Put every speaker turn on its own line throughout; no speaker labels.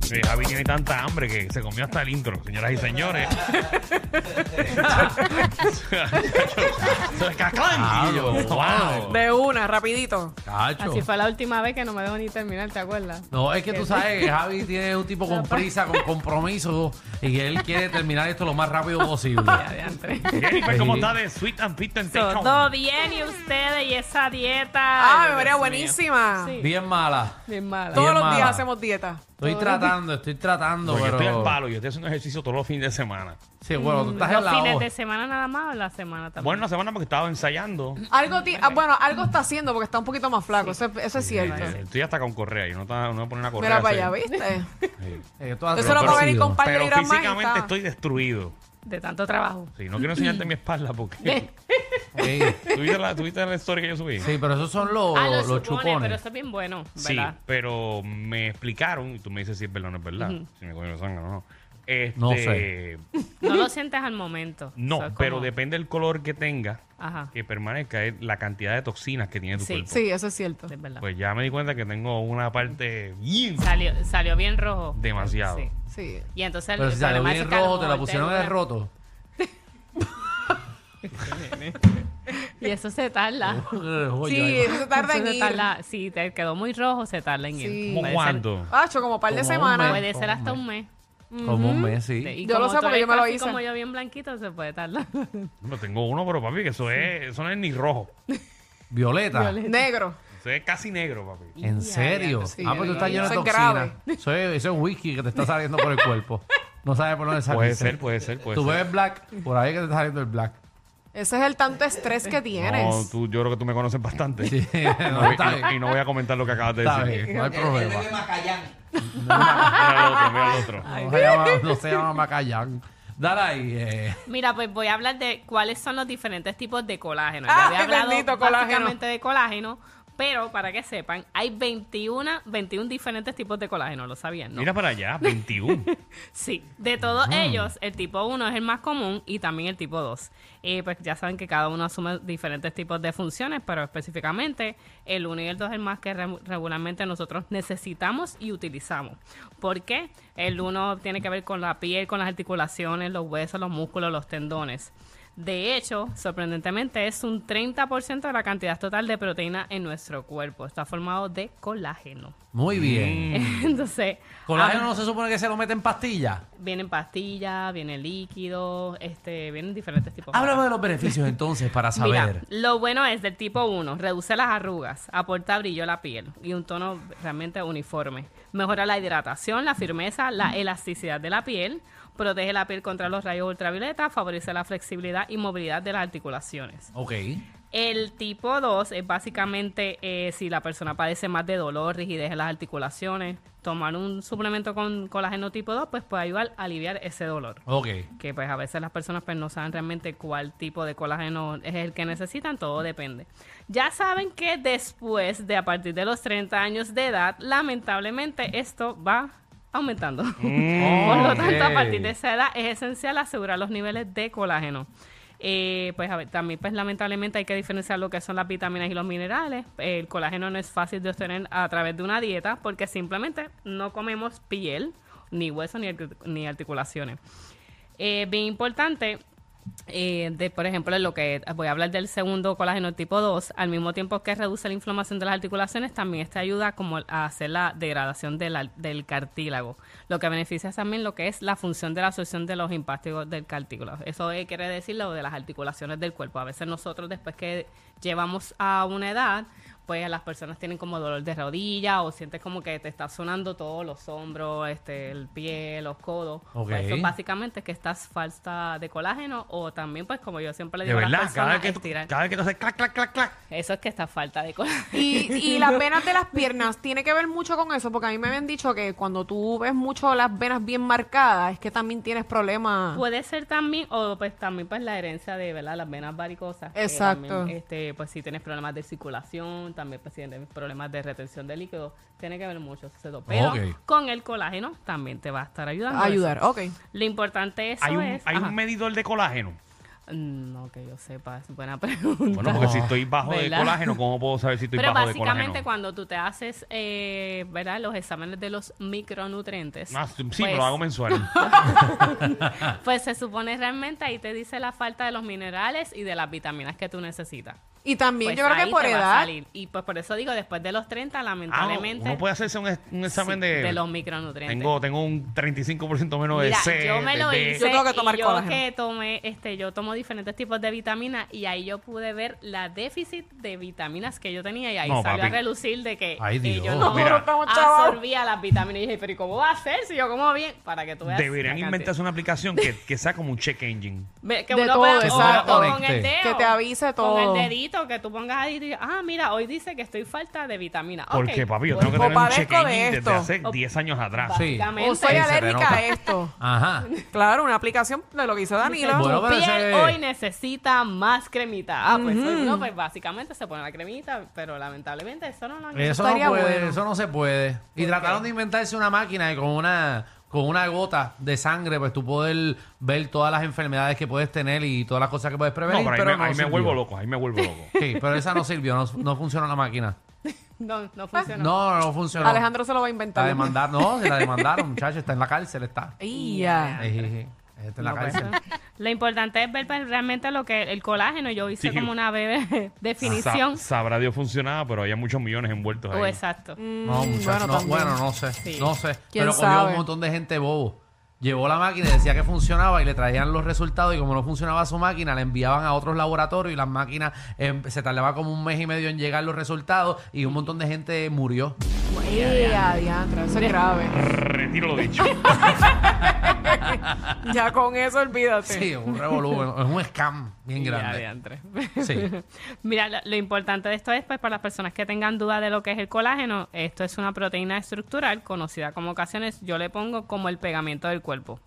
Sí, Javi tiene tanta hambre que se comió hasta el intro, señoras y señores. Se casclan. Y yo, wow.
De una, rapidito.
Cacho.
Así fue la última vez que no me dejó ni terminar, ¿te acuerdas?
No, es que tú sabes que Javi tiene un tipo con prisa, con compromiso, y que él quiere terminar esto lo más rápido posible.
Jennifer, ¿cómo está de Sweet and Fit
So,
Temptation?
todo bien y ustedes y esa dieta.
Ah, me
Dios
María,
mío.
buenísima.
Sí.
Bien mala.
Bien mala.
Todos
Bien
los días
mala.
hacemos dieta.
Estoy tratando, estoy tratando,
Porque yo
pero...
estoy al palo, yo estoy haciendo ejercicio todos los fines de semana.
Sí, bueno, tú estás en
Los
la
fines
hoja.
de semana nada más o la semana también.
Bueno, la semana porque estaba ensayando.
Algo ti- ah, bueno, algo está haciendo porque está un poquito más flaco, eso, es- eso es cierto.
Eh, estoy hasta con correa, yo no, ta- no voy a poner una correa.
Mira para
así.
allá, ¿viste?
Sí.
Eh, tú has
Eso no va a venir con par de
Pero
libras más y
físicamente
está-
estoy destruido.
De tanto trabajo.
Sí, no quiero enseñarte mi espalda porque...
Sí,
¿Tuviste la, ¿Tuviste la historia que yo subí?
sí, pero esos son los,
ah, lo
los
supone, pero
chupones.
eso es bien bueno,
Sí,
¿verdad?
pero me explicaron, y tú me dices si es verdad o no es verdad, si me cogió sangre o no. Este,
No sé.
No lo sientes al momento.
no,
Eso es
pero
como-
depende del color que tenga,
Ajá,
que permanezca, es la cantidad de toxinas que tiene tu
Sí.
cuerpo.
Sí, eso es cierto.
es verdad.
Pues ya me di cuenta que tengo una parte bien
Salió, salió bien rojo.
demasiado.
Sí.
Sí.
Y entonces el
Pero si salió
problema es
bien
que a lo
rojo, te la
mejor
pusieron de
dura-
roto.
Y eso se tarda.
Sí, eso se tarda
Eso
en
se
ir.
tarda. Si te quedó muy rojo, se tarda en ir.
Sí.
¿Cómo
Puede ser- Ah.
cuánto?
Pacho, como par de
Como un
semanas.
mes.
Puede ser hasta un mes.
Como un mes, sí.
Y
Yo lo
como
sé
tú
porque yo
eres
me lo
casi
hice.
Como yo bien blanquito se puede tardar.
No, tengo uno, pero papi, que eso, es, eso no es ni rojo.
Violeta.
Negro.
Eso es casi negro, papi.
¿En
Ya,
serio?
ya,
sí,
ah, pues tú
ya,
estás
ya.
lleno de
Eso es grave.
toxinas. Eso es, eso es whisky que te está saliendo por el cuerpo. No sabes por dónde salir.
Puede ser, puede ser, puede
Tú
ser.
bebes black, por ahí que te está saliendo el black.
Ese es el tanto estrés que
No,
tienes.
tú, yo creo que tú me conoces bastante.
Sí,
No,
no,
y-
está
y,
bien.
y no voy a comentar lo que acabas de
Está
decir.
bien, no hay problema.
Mira el otro, mira el otro.
No se llama, no se llama Macallán. Dale ahí. eh.
Mira, pues voy a hablar de cuáles son los diferentes tipos de colágeno.
Ah,
Ya había
qué
hablado
bendito colágeno.
básicamente de colágeno, pero para que sepan, hay 21, 21 diferentes tipos de colágeno, ¿lo sabían? ¿no?
Mira para allá, 21.
Sí, de todos ellos, el tipo 1 es el más común y también el tipo 2. Eh, pues ya saben que cada uno asume diferentes tipos de funciones, pero específicamente el 1 y el 2 es el más que re- regularmente nosotros necesitamos y utilizamos. ¿Por qué? El 1 tiene que ver con la piel, con las articulaciones, los huesos, los músculos, los tendones. De hecho, sorprendentemente, es un 30% de la cantidad total de proteína en nuestro cuerpo. Está formado de colágeno.
Muy bien.
Entonces, Ah.
Colágeno no se supone que se lo mete en pastillas.
Vienen pastillas, viene líquido, este, vienen diferentes tipos.
Háblame de los beneficios entonces para
Mira,
saber.
lo bueno es del tipo 1, reduce las arrugas, aporta brillo a la piel y un tono realmente uniforme. Mejora la hidratación, la firmeza, la elasticidad de la piel, protege la piel contra los rayos ultravioleta, favorece la flexibilidad y movilidad de las articulaciones.
Ok.
El tipo 2 es básicamente eh, si la persona padece más de dolor, rigidez en las articulaciones, tomar un suplemento con colágeno tipo 2 pues puede ayudar a aliviar ese dolor.
Ok.
Que pues a veces las personas pues no saben realmente cuál tipo de colágeno es el que necesitan, todo depende. Ya saben que después de a partir de los 30 años de edad, lamentablemente esto va aumentando. Por lo Mm. tanto, a partir de esa edad es esencial asegurar los niveles de colágeno. Eh, pues a ver, también pues lamentablemente hay que diferenciar lo que son las vitaminas y los minerales. El colágeno no es fácil de obtener a través de una dieta porque simplemente no comemos piel, ni hueso, ni, artic- ni articulaciones. Eh, bien importante, eh, de, por ejemplo, lo que voy a hablar del segundo colágeno tipo 2, al mismo tiempo que reduce la inflamación de las articulaciones, también este ayuda como a hacer la degradación de la- del cartílago, lo que beneficia es también lo que es la función de la absorción de los impactos del cartílago. Eso eh, quiere decir lo de las articulaciones del cuerpo. A veces nosotros después que llevamos a una edad, pues las personas tienen como dolor de rodilla o sientes como que te está sonando todos los hombros, este, el pie, los codos.
Ok.
Pues, eso básicamente es que estás falta de colágeno o también pues como yo siempre le
De
digo a las
verdad,
personas
cada vez que tú,
estirar.
cada vez que tú haces clac, clac, clac, clac.
Eso es que está falta de colágeno.
Y, y las venas de las piernas, ¿tiene que ver mucho con eso? Porque a mí me habían dicho que cuando tú ves mucho las venas bien marcadas, es que también tienes problemas.
Puede ser también, o pues también pues la herencia de ¿verdad? las venas varicosas. que
Exacto.
también, este, pues si tienes problemas de circulación, también pues si tienes problemas de retención de líquido, tiene que ver mucho. eso se- Pero
Ok.
con el colágeno también te va a estar ayudando.
A ayudar,
eso.
ok.
Lo importante eso
Hay un,
es...
hay un
ajá.
medidor de colágeno.
No que yo sepa, es buena pregunta.
Bueno, porque si estoy bajo
¿Verdad?
de colágeno, ¿cómo puedo saber si estoy
Pero
bajo de colágeno?
básicamente cuando tú te haces, eh, ¿verdad? Los exámenes de los micronutrientes.
Ah, sí,
pues-
pero lo hago mensual. Ah,
Pues se supone realmente ahí te dice la falta de los minerales y de las vitaminas que tú necesitas.
Y también
Pues
yo creo
ahí
que por
te va a
edad.
salir. Y pues por eso digo, después de los 30,
Ah,
lamentablemente.
uno puede hacerse un, es- un examen
sí,
de...
los micronutrientes.
Tengo, tengo un 35% menos de
Mira,
C.
yo me
de
lo
D.
hice
Yo tengo que
y
tomar
yo
colágeno.
que tomé, este, yo tomo diferentes tipos de vitaminas y ahí yo pude ver la déficit de vitaminas que yo tenía y ahí
No,
salió
papi.
a relucir de que
Ay,
eh, yo
Dios.
no
Mira.
Estamos chavos.
absorbía las vitaminas y dije, pero ¿y cómo va a ser si yo como bien? Para que tú veas.
Deberían
la cantidad.
inventarse una aplicación que, que sea como un check engine.
Ve- Que
De
uno
todo,
pueda-
exacto.
o con el
Conecte.
dedo,
Que te avise todo.
Con el dedito, que tú pongas ahí y digas, ah, mira, hoy dice que estoy falta de vitamina.
Porque,
Ok,
papi, yo
Pues,
tengo
voy-
que
O
tener un
padezco
check
de
engine desde
esto.
hace 10 años atrás.
Sí.
Básicamente.
O soy
Ahí se
alérgica
renota.
a esto.
Ajá.
Claro, una aplicación de lo que hizo Danilo.
Bueno,
tu
pero
piel
ese-
hoy necesita más cremita. Ah, pues hoy no, pues básicamente se pone la cremita, pero lamentablemente eso no lo han hecho.
Eso no
Estaría
puede,
bueno.
eso no se puede. Y trataron de inventarse una máquina y con una con una gota de sangre, pues tú poder ver todas las enfermedades que puedes tener y todas las cosas que puedes
No,
prevenir.
pero ahí,
pero
me,
no
ahí me
sirvió.
vuelvo loco, ahí me vuelvo loco.
Sí, pero esa no sirvió, no, no funcionó la máquina.
No, no funciona.
Ah, No, no funcionó.
Alejandro se lo va a
La
inventar.
demandaron, no, se la demandaron, muchacho, está en la cárcel, está.
Iya.
Ey, ey, ey, Está en la
No, pues,
cárcel.
Lo importante es ver pues, realmente lo que el colágeno. Yo hice
Sí.
como una breve definición. Pues
Sa- sabrá Dios funcionaba, pero había muchos millones envueltos ahí.
O exacto.
No, muchacho,
bueno,
no,
también.
bueno, no sé,
Sí.
no sé.
¿Quién
Pero cogió
sabe?
un montón de gente bobo. Llevó la máquina y decía que funcionaba y le traían los resultados y como no funcionaba su máquina, la enviaban a otros laboratorios y las máquinas em, se tardaba como un mes y medio en llegar los resultados y un montón de gente murió.
Iya, diantra. Eso es grave.
Retiro lo dicho.
Ya con eso olvídate.
Sí, un revolú, es un scam bien
Ya,
grande.
diantre.
Sí.
Mira, lo, lo importante de esto es, pues, para las personas que tengan duda de lo que es el colágeno, esto es una proteína estructural conocida como ocasiones, yo le pongo como el pegamento del cuerpo.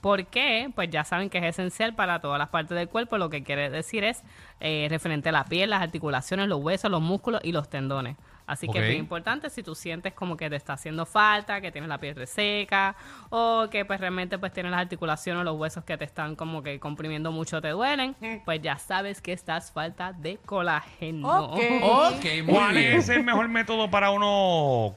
¿Por qué? Pues ya saben que es esencial para todas las partes del cuerpo, lo que quiere decir es eh, referente a la piel, las articulaciones, los huesos, los músculos y los tendones. Así que es
Ok.
bien importante si tú sientes como que te está haciendo falta, que tienes la piel reseca o que pues realmente pues tienes las articulaciones o los huesos que te están como que comprimiendo mucho, te duelen, pues ya sabes que estás falta de colágeno.
Ok.
Ok, muy
¿Cuál
bien.
es el mejor método para uno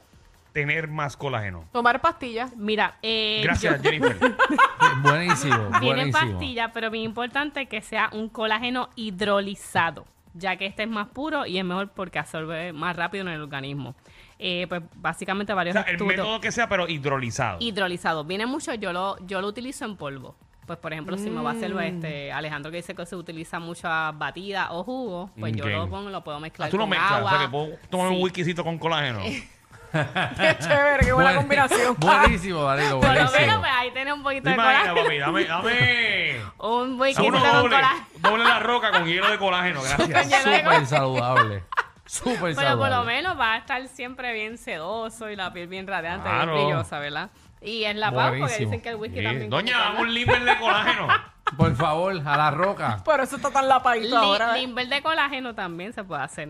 tener más colágeno?
Tomar pastillas.
Mira, eh,
Gracias, Jennifer.
Buenísimo,
yo- viene en
buenísimo.
pastilla, pero bien importante que sea un colágeno hidrolizado, ya que este es más puro y es mejor porque absorbe más rápido en el organismo. Eh, pues básicamente
O
varios
sea, el
estudios-
método que sea, pero hidrolizado.
hidrolizado. Viene mucho, yo lo, yo lo utilizo en polvo. Pues, por ejemplo, si me va a hacer este, Alejandro que dice que se utiliza mucho a batida o jugo, pues yo
Ok.
lo pongo, lo puedo
Ah,
mezclar
tú lo
con
mezclas,
agua.
o sea que puedo tomar
Sí.
un whiskycito con colágeno.
Qué chévere, qué buena
Buen-
combinación.
Buenísimo, Danilo,
Por lo menos,
buenísimo.
pues ahí tiene un poquito de
Imagina,
colágeno.
papi, dame, dame.
Un
Dame
whisky
uno
con
doble,
colágeno.
doble la roca con hielo de colágeno, gracias.
lleno de
Súper saludable. Súper
Pero por lo
saludable.
menos va a estar siempre bien sedoso y la piel bien radiante,
Claro.
bien brillosa, ¿verdad? Y es la paz porque
Buenísimo.
dicen que el whisky
Sí.
también.
Doña,
controla.
dame un limber de colágeno.
Por favor, a la roca.
Por eso está tan lapadito
Li-
ahora. ¿eh?
Limber de colágeno también se puede hacer.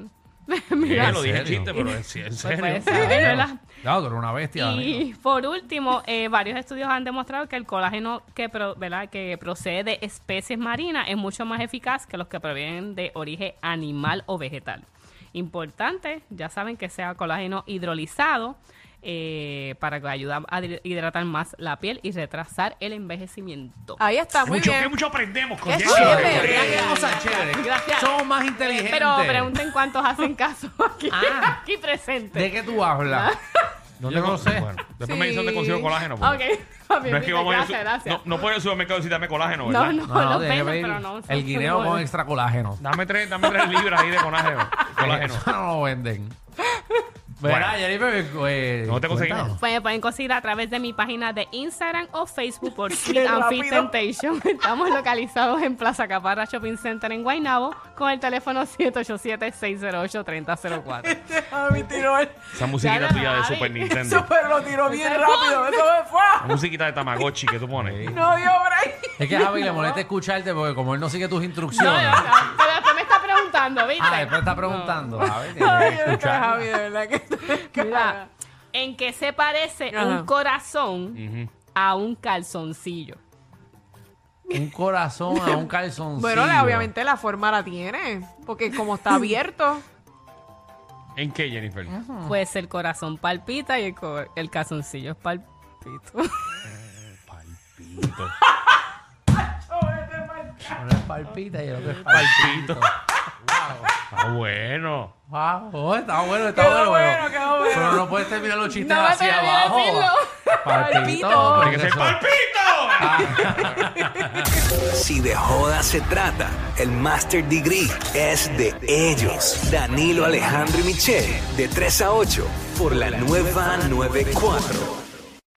Mira,
¿en
lo dije en
serio?
chiste, pero es en
Pues
serio.
puede ser, ¿verdad?
Claro, tú eres una bestia, Danilo.
Y por último, eh, varios estudios han demostrado que el colágeno que, pro- ¿verdad? que procede de especies marinas es mucho más eficaz que los que provienen de origen animal o vegetal. Importante, ya saben que sea colágeno hidrolizado eh, para que ayude a hidr- hidratar más la piel y retrasar el envejecimiento.
Ahí está, muy
Mucho, que
bien.
mucho aprendemos con
Qué
Jennifer.
chévere.
Mira
Gracias.
qué cosa chévere.
Gracias.
Somos más inteligentes.
Pero pregunten cuántos hacen caso aquí,
Ah.
aquí presente.
¿De qué tú hablas? No
Yo
lo sé.
Bueno, después me dicen dónde
Sí.
consigo colágeno. pues. porque
Ok,
No es que vamos a ir al
gracias,
su-
gracias.
no, no puedo ir al supermercado y dame colágeno,
No,
¿verdad?
no, los
tiene que
venden,
pedir
pero no. son
el guineo
muy
con
buenos.
extra colágeno.
Dame tres, dame tres libras ahí de colágeno. colágeno.
Eso no lo venden. Verá,
Bueno.
Jennifer, eh,
No te conseguí
cuéntanos.
Pues me pueden conseguir a través de mi página de Instagram o Facebook por
Qué
Sweet and Fit
rápido.
Temptation. Estamos localizados en Plaza Caparra Shopping Center en Guaynabo con el teléfono 787-608-3004.
A Ah, mi tiró el-
Esa musiquita
Dale,
tuya de
Javi.
Super
Eso
Nintendo.
pero lo tiró bien rápido. Eso me fue.
La musiquita de Tamagotchi que tú pones.
No dio break.
Es que a Javi le molesta escucharte porque como él no sigue tus
No, no,
instrucciones.
no, pero después me está preguntando, ¿viste?
Ah, después está preguntando. Javi, tienes que
Ay, yo no sé,
escuchar.
Javi, de verdad que.
Mira, ¿en qué se parece
Ajá.
un corazón
Ujú.
a un calzoncillo?
Un corazón a un calzoncillo.
Bueno, la- obviamente la forma la tiene, porque como está abierto,
¿En qué, Jennifer?
Ah.
Pues el corazón palpita y el, co- el calzoncillo es palpito.
Palpito.
Uno es palpita y el otro es
Palpito.
palpito. Wow.
Ah, bueno.
Wow, oh, está bueno, está
Quedó
bueno.
bueno,
pero-
quedó bueno.
Pero no puedes terminar los chistes
No me
hacia
atreví a
abajo.
decirlo.
Palpito.
Tiene que ser
Eso.
Palpito.
Si de joda se trata, el Master Degree es de ellos. Danilo Alejandro y Michelle, de 3 a 8, por la nueva 94.